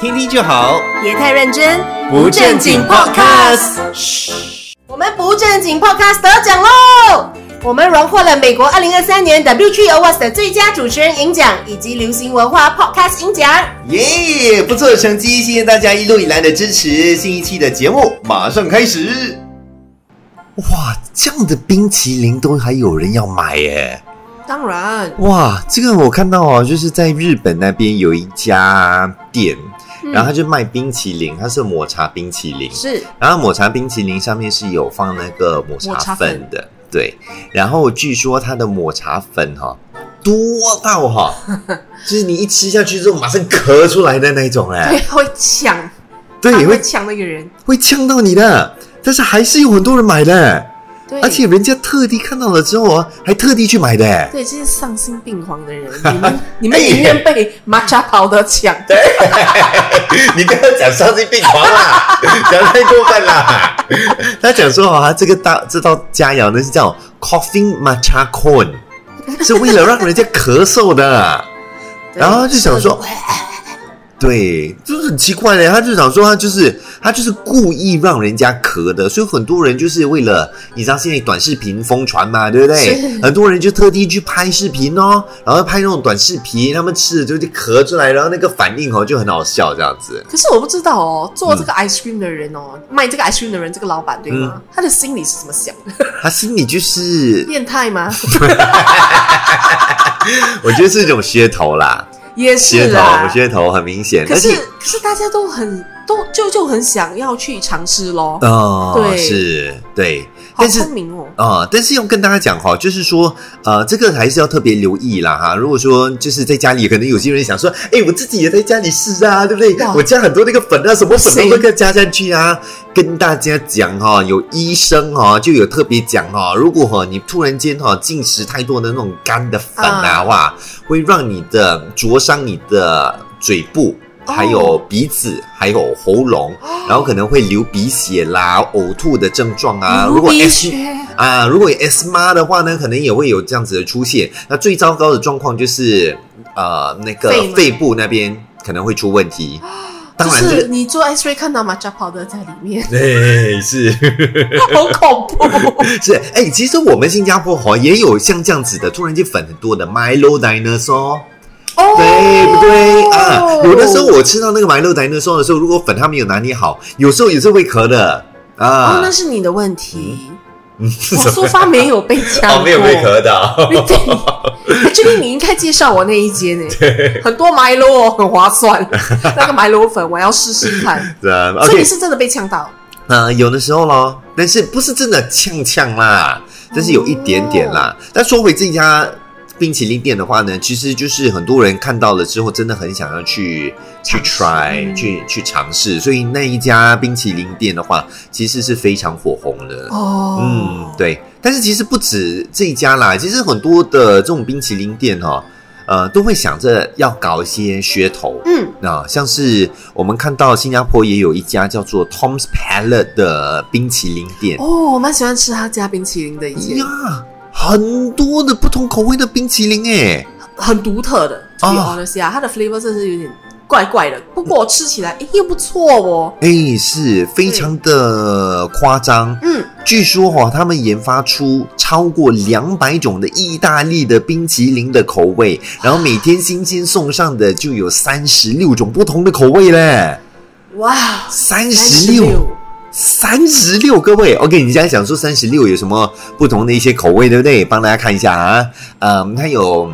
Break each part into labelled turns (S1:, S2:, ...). S1: 听听就好，
S2: 别太认真，
S1: 不正经 Podcast。
S2: 我们不正经 Podcast 得奖喽！我们荣获了美国2023年 W3 Awards 的最佳主持人银奖以及流行文化 Podcast 银奖。
S1: 耶、不错的成绩，谢谢大家一路以来的支持。新一期的节目马上开始。哇，这样的冰淇淋都还有人要买耶！
S2: 当然，
S1: 哇，这个我看到哦，就是在日本那边有一家店，
S2: 嗯
S1: 然后他就卖冰淇淋，它是抹茶冰淇淋，
S2: 是
S1: 然后抹茶冰淇淋上面是有放那个抹
S2: 抹茶
S1: 茶
S2: 粉
S1: 粉的，对。然后据说它的抹茶粉哈、多到 哈、就是你一吃下去之后马上咳出来的那种哎，
S2: 对会抢，
S1: 对，
S2: 他
S1: 会
S2: 抢那个人。
S1: 会呛到你的。但是还是有很多人买的，
S2: 对，
S1: 而且人家特地看到了之后啊，还特地去买的哎。
S2: 对这些丧心病狂的 人，你们你们宁愿被马扎跑的抢，
S1: 你不要讲丧心病狂 啦，讲太过分啦。他讲说啊，这个大这道佳肴呢是叫 coffee matcha corn，是为了让人家咳嗽的。
S2: 对
S1: 然后就想说，哎对，就是很奇怪的，他就想说他就是他就是故意让人家咳的，所以很多人就是为了你知道现在短视频疯传嘛，对不对？很多人就特地去拍视频哦，然后拍那种短视频，他们吃的就就咳出来，然后那个反应哦就很好笑这样子。
S2: 可是我不知道哦，做
S1: 嗯
S2: 这个 ice cream 的人哦，卖这个 ice cream 的人，这个老板对吗？他的心里是怎么想的？
S1: 他心里就是，
S2: 变态吗？
S1: 我觉得是一种噱头啦，
S2: 也
S1: 噱
S2: 是
S1: 头，
S2: 啦。
S1: 噱头很明显。
S2: 可
S1: 但
S2: 是可是大家都很都就就很想要去尝试咯，
S1: 哦，
S2: 对
S1: 是，对，
S2: 好
S1: 但是
S2: 聪明哦。
S1: 啊、但是要跟大家讲哈，就是说，呃，这个还是要特别留意啦哈。如果说就是在家里，可能有些人想说，哎、我自己也在家里试啊，对不对
S2: 哇？
S1: 我加很多那个粉啊，什么粉
S2: 行
S1: 都那个加上去啊。跟大家讲哈，有医生哈就有特别讲哈，如果哈你突然间哈进食太多的那种干的粉啊，
S2: 啊
S1: 哇，会让你的灼伤你的嘴部。
S2: 哦
S1: 还有鼻子，还有喉咙，然后可能会流鼻血啦、呕吐的症状啊。如果
S2: 鼻
S1: S
S2: 血
S1: 啊，如果有 S 妈的话呢，可能也会有这样子的出现。那最糟糕的状况就是，呃，那个
S2: 肺吗
S1: 肺部那边可能会出问 题。当然
S2: 就
S1: 这
S2: 是
S1: 个。，
S2: 你做 X ray 看到马扎跑的在里 面
S1: 对，是
S2: 好恐怖。
S1: 是，哎、其实我们新加坡哦也有像这样子的，突然间粉很多的 Milo Dinosaur，、
S2: 哦，
S1: 对不对啊？有的时候我吃到那个 Milo Dinosaur 的时候，如果粉它没有拿捏好，有时候也是会咳的
S2: 哦，
S1: 啊嗯
S2: 那。是你的问题。我说发哦没有被 抢
S1: 哦
S2: 过，
S1: 到，
S2: 对，确定你应该介绍我那一间呢，很多 Milo 哦很划算， 那个 Milo 粉我要试试 看。
S1: 对啊
S2: 所以
S1: ，OK，
S2: 你是真的被呛到，
S1: 呃，有的时候咯，但是不是真的呛呛啦，但是有一点点啦。但说回这家冰淇淋店的话呢，其实就是很多人看到了之后，真的很想要去去
S2: 尝试
S1: try
S2: 嗯
S1: 去去尝试，所以那一家冰淇淋店的话，其实是非常火红的。
S2: 哦，
S1: 嗯，，对。但是其实不止这一家啦，其实很多的这种冰淇淋店哦，呃，都会想着要搞一些噱头。
S2: 嗯，
S1: 那、啊像是我们看到新加坡也有一家叫做 Tom's Palette 的冰淇淋店，
S2: 哦，我蛮喜欢吃他家冰淇淋的，一间
S1: 呀，很多的不同口味的冰淇淋哎，
S2: 很独特的，to be
S1: 哦
S2: honest 啊，它的 flavor 真是有点怪怪的，不过吃起来诶又不错哦，
S1: 哎是非常的夸张。
S2: 嗯，
S1: 据说哈、哦，他们研发出超过两百种的意大利的冰淇淋的口味，然后每天新鲜送上的就有三十六种不同的口味嘞，
S2: 哇，
S1: 三十六。
S2: 36，
S1: 三十六，各位，OK，你现在想说三十六有什么不同的一些口味，对不对？帮大家看一下啊，嗯，它有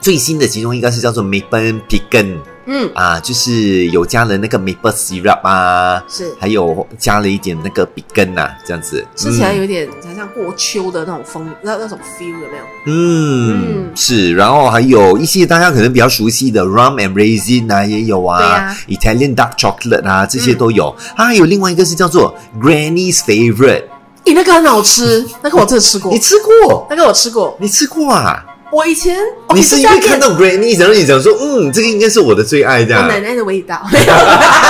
S1: 最新的其中一个是叫做 Maple Pecan
S2: 嗯，
S1: 啊，就是有加了那个 Maple Syrup 啊，
S2: 是。
S1: 还有加了一点那个 Pecan 啊，这样子，
S2: 吃起来
S1: 嗯
S2: 有点好像过秋的那种风，那那种 feel 有没有？
S1: 嗯，
S2: 嗯
S1: 是，然后还有一些大家可能比较熟悉的 rum and raisin 啊，也有
S2: 对
S1: 啊
S2: 啊嗯
S1: ，Italian dark chocolate 啊，这些都有。它还有另外一个是叫做 Granny's favorite，
S2: 咦，那个很好 吃，那个我真的吃过
S1: 你，吃过？
S2: 那个我吃过。
S1: 你吃过啊？
S2: 我以前哦
S1: 你是因为看
S2: 到
S1: 到 Granny，然后你讲说，嗯，这个应该是我的最爱这
S2: 我
S1: 样。
S2: 哦奶奶的味道，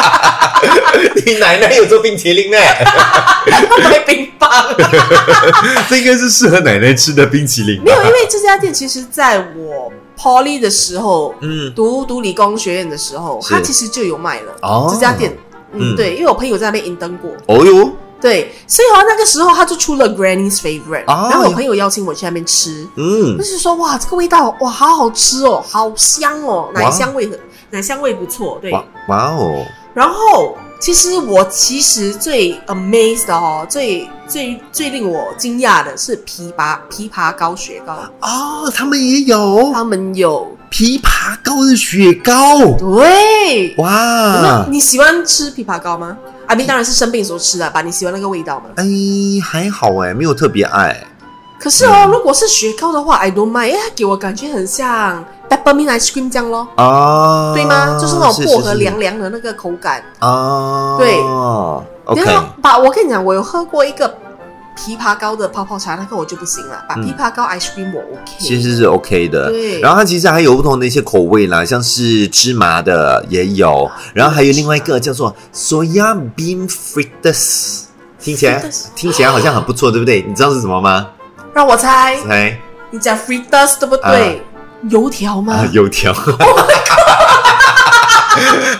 S1: 你奶奶有做冰淇 淋呢，
S2: 卖冰棒。
S1: 这应该是适合奶奶吃的冰淇淋
S2: 没有，因为这家店其实在我 Poly 的时候，
S1: 嗯，
S2: 读读理工学院的时候，
S1: 是
S2: 它其实就有卖了
S1: 哦
S2: 这家店。嗯，
S1: 嗯
S2: 对，因为我朋友在那边 in 登过，
S1: 哦哟，
S2: 对，所以好像那个时候他就出了 Granny's Favorite，、
S1: 哦
S2: 然后我朋友邀请我去那边吃，
S1: 嗯
S2: 就是说哇，这个味道哇，好好吃哦，好香哦，奶香味很，奶香味不错，对。
S1: 哇哇哦，
S2: 然后其实我其实最 amazed 的哦，最最最令我惊讶的是枇杷枇杷膏雪糕，
S1: 哦，他们也有
S2: 他们有
S1: 枇杷膏的雪糕，
S2: 对，
S1: 哇
S2: 那，你喜欢吃枇杷膏吗？阿斌当然是生病的时候吃的吧，你喜欢那个味道吗？
S1: 哎，还好哎，没有特别爱
S2: 可是哦，
S1: 嗯
S2: 如果是雪糕的话，I don't mind，因为它哎给我感觉很像 peppermint ice cream 这样咯，
S1: 啊，
S2: 哦对吗？就是那种薄荷
S1: 是是
S2: 凉凉的那个口感。
S1: 啊，
S2: 对
S1: ，OK，
S2: 然后把我跟你讲，我有喝过一个枇杷膏的泡泡茶，那个我就不行了。把
S1: 嗯
S2: 枇杷膏 ice cream 我 OK，
S1: 其实是 OK 的。
S2: 对
S1: 然后它其实还有不同的一些口味啦，像是芝麻的也有，哦然后还有另外一个叫做 soya bean fritters，听起来
S2: Fritters
S1: 听起来好像很不错，对不对？你知道是什么吗？
S2: 让我猜，
S1: 来
S2: 你讲 fritters 对不对？油条吗？Oh
S1: 啊，油条。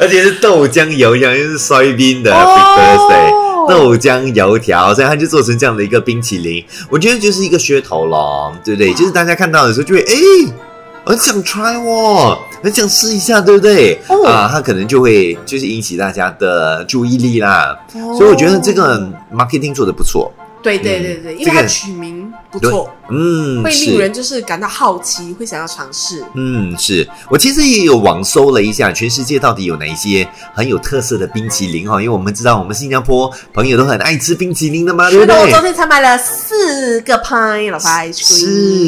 S1: 而且是豆浆油条，又是 soybean 的 fritters，对。
S2: 哦
S1: 豆浆油条，所以它就做成这样的一个冰淇淋。我觉得就是一个噱头咯，对不对？
S2: 哇
S1: 就是大家看到的时候就会，哎、很想 try 哦，很想试一下，对不对？啊、
S2: 哦
S1: 它可能就会就是引起大家的注意力啦。
S2: 哦
S1: 所以我觉得这个 marketing 做的不错，
S2: 对对对对，
S1: 嗯
S2: 因
S1: 这
S2: 为
S1: 个
S2: 它取名不错，
S1: 嗯，
S2: 会令
S1: 是
S2: 人就是感到好奇，会想要尝试。
S1: 嗯，是我其实也有网搜了一下，全世界到底有哪一些很有特色的冰淇淋哈？因为我们知道我们新加坡朋友都很爱吃冰淇淋的嘛，对不
S2: 是的，我
S1: 对
S2: 昨？天才买了四个 pint of ice cream。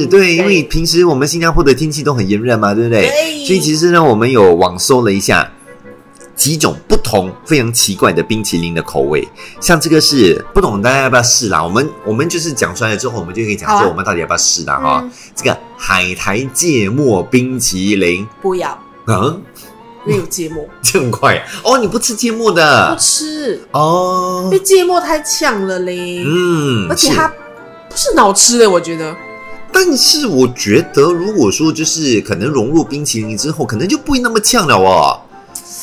S1: 是对，因为平时我们新加坡的天气都很炎热嘛，对不对？
S2: 对
S1: 所以其实呢，我们有网搜了一下几种不同、非常奇怪的冰淇淋的口味，像这个是不懂大家要不要试啦？我们我们就是讲出来了之后，我们就可以讲
S2: 好啊
S1: 说我们到底要不要试啦哈、
S2: 嗯
S1: 这个海苔芥末冰淇淋，
S2: 不要，
S1: 嗯，
S2: 因为有芥末，
S1: 这么快哦？你不吃芥末
S2: 不
S1: 的
S2: 吃，因
S1: 哦
S2: 为？芥末太呛了嘞，
S1: 嗯，
S2: 而且
S1: 是
S2: 它不是脑吃的，我觉得
S1: 但是我觉得，如果说就是可能融入冰淇淋之后，可能就不会那么呛了哦。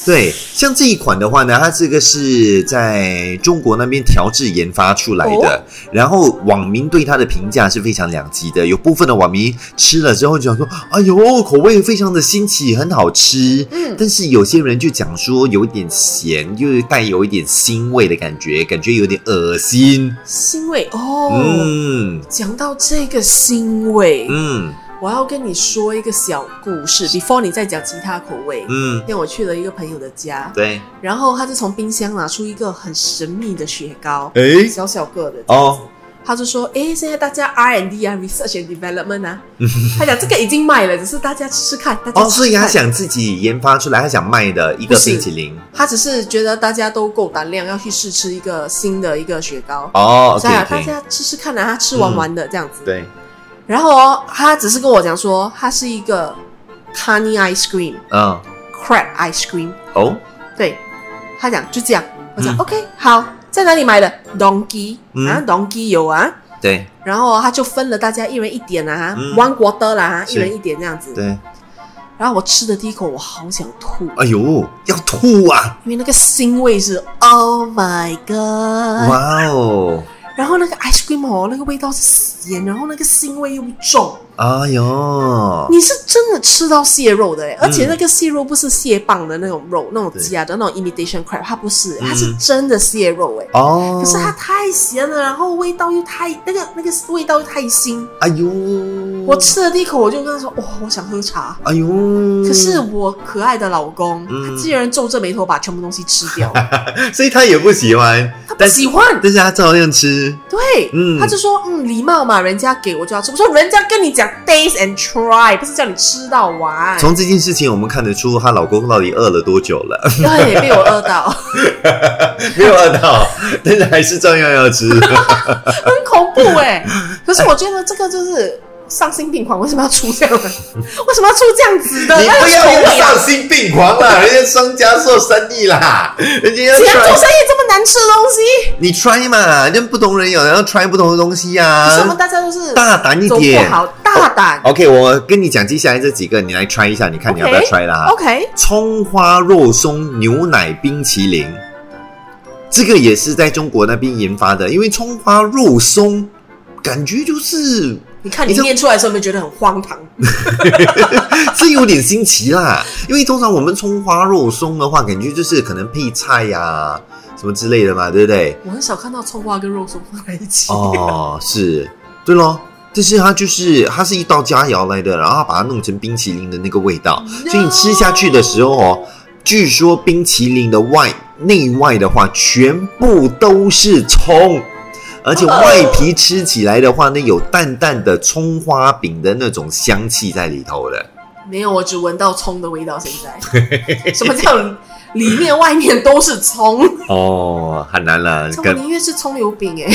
S1: 对，像这一款的话呢，它这个是在中国那边调制研发出来的，
S2: 哦
S1: 然后网民对它的评价是非常两极的。有部分的网民吃了之后就想说：“哎呦，口味非常的新奇，很好吃。”
S2: 嗯
S1: 但是有些人就讲说有一点咸，又带有一点腥味的感觉，感觉有点恶心。
S2: 腥味哦。
S1: 嗯
S2: 讲到这个腥味，
S1: 嗯
S2: 我要跟你说一个小故事。Before 你再讲其他口味，
S1: 嗯
S2: 那，天我去了一个朋友的家，
S1: 对。
S2: 然后他就从冰箱拿出一个很神秘的雪糕，
S1: 诶
S2: 小小个的
S1: 哦，
S2: 他就说：“诶，现在大家 R and D 啊，research and development 啊，他讲这个已经卖了，只是大家吃吃看，大家
S1: 哦，
S2: 吃
S1: 所
S2: 吃
S1: 以
S2: 看。
S1: 他想自己研发出来，他想卖的一个冰淇淋。
S2: 他只是觉得大家都够胆量，要去试吃一个新的一个雪糕，
S1: 哦
S2: 所以啊
S1: ，OK
S2: 大
S1: OK，
S2: 家吃吃看啊，他吃玩玩的、这样子。
S1: 对，
S2: 然后哦，他只是跟我讲说，它是一个 honey ice cream、
S1: 嗯，
S2: crab ice cream，
S1: 哦，
S2: 对，他讲就这样。我讲、
S1: 嗯
S2: OK，好，在哪里买的？Donkey、
S1: 嗯
S2: 啊，Donkey 有啊。
S1: 对
S2: 然后他就分了大家一人一点啊、
S1: 嗯
S2: o n e quarter 啦，
S1: 是
S2: 一人一点这样子。
S1: 对，
S2: 然后我吃的第一口，我好想吐，
S1: 哎呦，要吐啊！
S2: 因为那个腥味是 Oh my God！
S1: 哇哦，
S2: 然后那个 ice cream 哦，那个味道是咸，然后那个腥味又重。
S1: 哎呦，
S2: 你是真的吃到蟹肉的哎，而且
S1: 嗯
S2: 那个蟹肉不是蟹棒的那种肉，那种
S1: 对
S2: 假的那种 imitation crab，它不是，
S1: 嗯
S2: 它是真的蟹肉哎。
S1: 哦，
S2: 可是它太咸了，然后味道又太那个那个味道又太腥。
S1: 哎呦，
S2: 我，吃了第一口，我就跟他说：“哇、我想喝茶。”
S1: 哎呦，
S2: 可是我可爱的老公，
S1: 嗯
S2: 他竟然皱着眉头把全部东西吃 掉，
S1: 所以他也不喜欢，
S2: 他不
S1: 但是
S2: 喜欢。
S1: 但是他照样吃，
S2: 对，
S1: 嗯
S2: 他就说，嗯，礼貌嘛，人家给我就要吃。我说，人家 跟你讲 taste and try，不是叫你吃到完。
S1: 从这件事情我们看得出她老公到底饿了多久了，
S2: 对，被我饿到，
S1: 没有饿到，但是还是照样要吃。
S2: 欸很恐怖哎、可是我觉得这个就是丧心病狂，为什么要出这 样的？为什么要出这样子的？
S1: 你不要
S2: 要有
S1: 用
S2: 口味啊
S1: 丧心病狂 啦，人家商家做生意啦，人家要
S2: 谁要做
S1: try，
S2: 生意这么难吃的东西？
S1: 你 try 嘛，人家不同人有人要 try 不同的东西呀、
S2: 为什么
S1: 啊，
S2: 大家都是
S1: 大胆一
S2: 走不
S1: 点。哦
S2: 好？大胆
S1: OK，我跟你讲，接下来这几个你来 try 一下，你看你要不要
S2: OK，哦
S1: try 啦？
S2: ，OK，
S1: 葱花肉松牛奶冰淇淋，这个也是在中国那边研发的，因为葱花肉松感觉就是
S2: 你看
S1: 你
S2: 你
S1: 这
S2: 念出来的时候，有没有觉得很荒唐？
S1: 这有点新奇啦，因为通常我们葱花肉松的话，感觉就是可能配菜呀、什么之类的嘛，对不对？
S2: 我很少看到葱花跟肉松放在一 起。
S1: 哦，是，对咯。但是它就是它是一道佳肴来的，然后它把它弄成冰淇淋的那个味道，所以你吃下去的时候哦，据说冰淇淋的外内外的话全部都是葱，而 且外皮吃起来的话呢，有淡淡的葱花饼的那种香气在里头的。
S2: 没有，我只闻到葱的味道。现 在什么叫里面外面都是葱？
S1: 哦，很难了，
S2: 我
S1: 跟
S2: 宁愿吃葱油饼哎、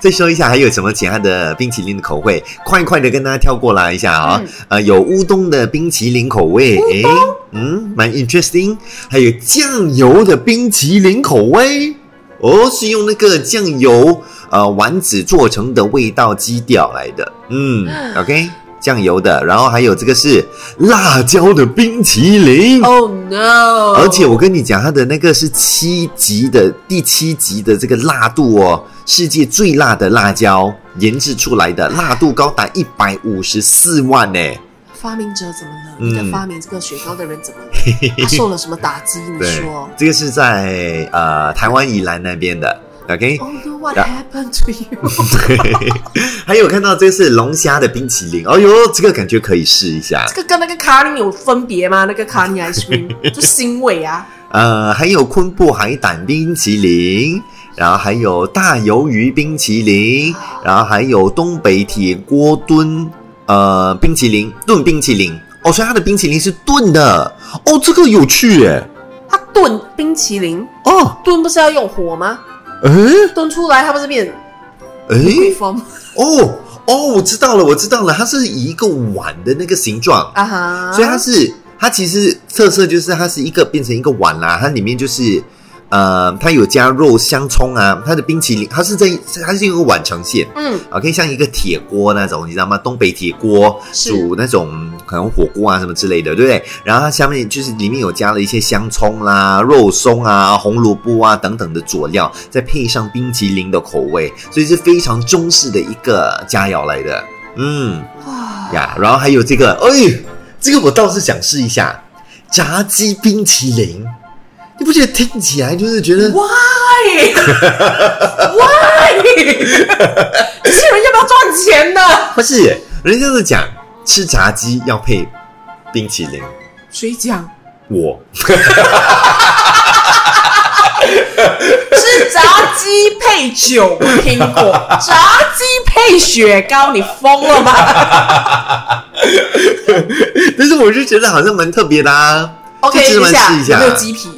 S1: 再说一下，还有什么其他的冰淇淋的口味？快快的跟大家跳过来一下啊、
S2: 嗯
S1: 呃，有乌冬的冰淇淋口味，诶，嗯，蛮 interesting。还有酱油的冰淇淋口味，哦，是用那个酱油呃丸子做成的味道基调来的。嗯，OK，酱油的，然后还有这个是辣椒的冰淇淋。
S2: Oh no！
S1: 而且我跟你讲，它的那个是七级的第七级的这个辣度哦，世界最辣的辣椒研制出来的，辣度高达一百五十四万呢。
S2: 发明者怎么了？
S1: 嗯
S2: 你的发明这个雪糕的人怎么了？他受了什么打击？你
S1: 对
S2: 说，
S1: 这个是在呃台湾宜兰那边的。OK，
S2: ？Oh no! What
S1: Yeah.
S2: happened to you？
S1: 还有看到这是龙虾的冰淇淋，哎呦，这个感觉可以试一下。
S2: 这个跟那个卡林有分别吗？那个卡 林 ice cream 就腥味啊！
S1: 呃，还有昆布海胆冰淇淋，然后还有大鱿鱼冰淇淋，然后还有东北铁锅炖呃冰淇淋炖冰淇淋。哦，所以它的冰淇淋是炖的哦，这个有趣耶。
S2: 它炖冰淇淋，
S1: 哦，
S2: 炖不是要用火吗？
S1: 诶
S2: 炖出来它不是变
S1: 诶，
S2: 风
S1: 哦哦，我知道了，我知道了，它是以一个碗的那个形状，
S2: 啊哈？
S1: 所以它是它其实特色就是它是一个变成一个碗啦，它里面就是呃，它有加肉香葱啊，它的冰淇淋它是在它是一个碗呈现。
S2: 嗯，
S1: OK，像一个铁锅那种，你知道吗？东北铁锅
S2: 是
S1: 煮那种嗯可能火锅啊什么之类的，对不对？然后它下面就是里面有加了一些香葱啦、肉松啊、红萝卜啊等等的佐料，再配上冰淇淋的口味，所以是非常中式的一个佳肴来的。嗯，
S2: 哇，
S1: 呀，然后还有这个，哎，这个我倒是想试一下，炸鸡冰淇淋，你不觉得听起来就是觉得
S2: Why? Why? 这些人要不要赚钱的？
S1: 不是？人家是讲吃炸鸡要配冰淇淋，
S2: 谁讲？
S1: 我
S2: 是炸鸡配酒，我听 过。炸鸡配雪糕，你疯了吗
S1: 但是我就觉得好像蛮特别的啊。
S2: ？OK，
S1: 这只
S2: 等
S1: 能
S2: 一下，
S1: 试一下
S2: 有没有鸡皮？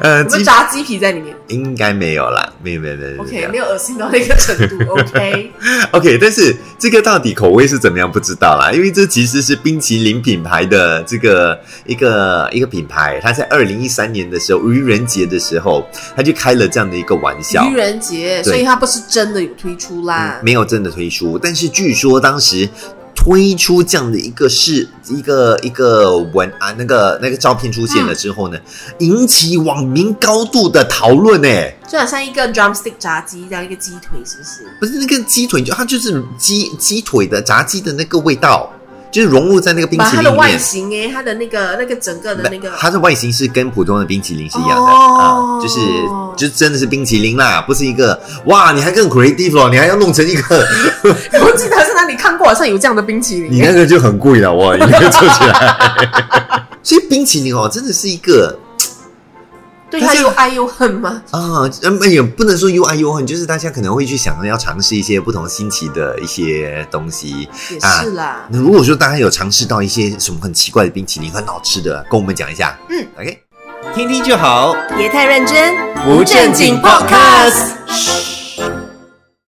S1: 呃，
S2: 有没
S1: 鸡
S2: 有炸鸡皮在里面
S1: 应该没有啦，没有没有没有没有。
S2: ？OK，没有恶心到那个程 度。OK，
S1: OK，但是这个到底口味是怎么样不知道啦，因为这其实是冰淇淋品牌的这个一个一个品牌，它在二零一三年的时候，愚人节的时候，他就开了这样的一个玩笑
S2: 愚。人节，
S1: 对
S2: 所以它不是真的有推出啦
S1: 嗯。没有真的推出，但是据说当时推出这样的一个是一个一个文啊，那个那个照片出现了之后呢，
S2: 嗯
S1: 引起网民高度的讨论呢。
S2: 就好像一个 drumstick 炸鸡这样一个鸡腿，是不是？
S1: 不是那个鸡腿，就它就是鸡鸡腿的炸鸡的那个味道，就是融入在那个冰
S2: 把
S1: 淇
S2: 它
S1: 淋
S2: 的
S1: 里
S2: 外
S1: 面。
S2: 形诶，它的那个那个整个的那个，
S1: 它的外形是跟普通的冰淇淋是一样的
S2: 哦
S1: 啊，就是就真的是冰淇淋啦，不是一个哇，你还更 creative 咯，你还要弄成一个，
S2: 我记得是哪里看过，好像有这样的冰淇
S1: 你
S2: 淋。
S1: 那个就很贵了，哇，应该做起来。 所以冰淇淋哦，真的是一个
S2: 对
S1: 它
S2: 它
S1: 是
S2: 又爱又恨吗？
S1: 啊，嗯，也不能说又爱又恨，就是大家可能会去想着要尝试一些不同新奇的一些东西，
S2: 也是啦。
S1: 那如果说大家有尝试到一些什么很奇怪的冰淇淋，很好吃的，跟我们讲一下。
S2: 嗯
S1: ，OK，听听就好，
S2: 别太认真，
S1: 不正经 podcast。嘘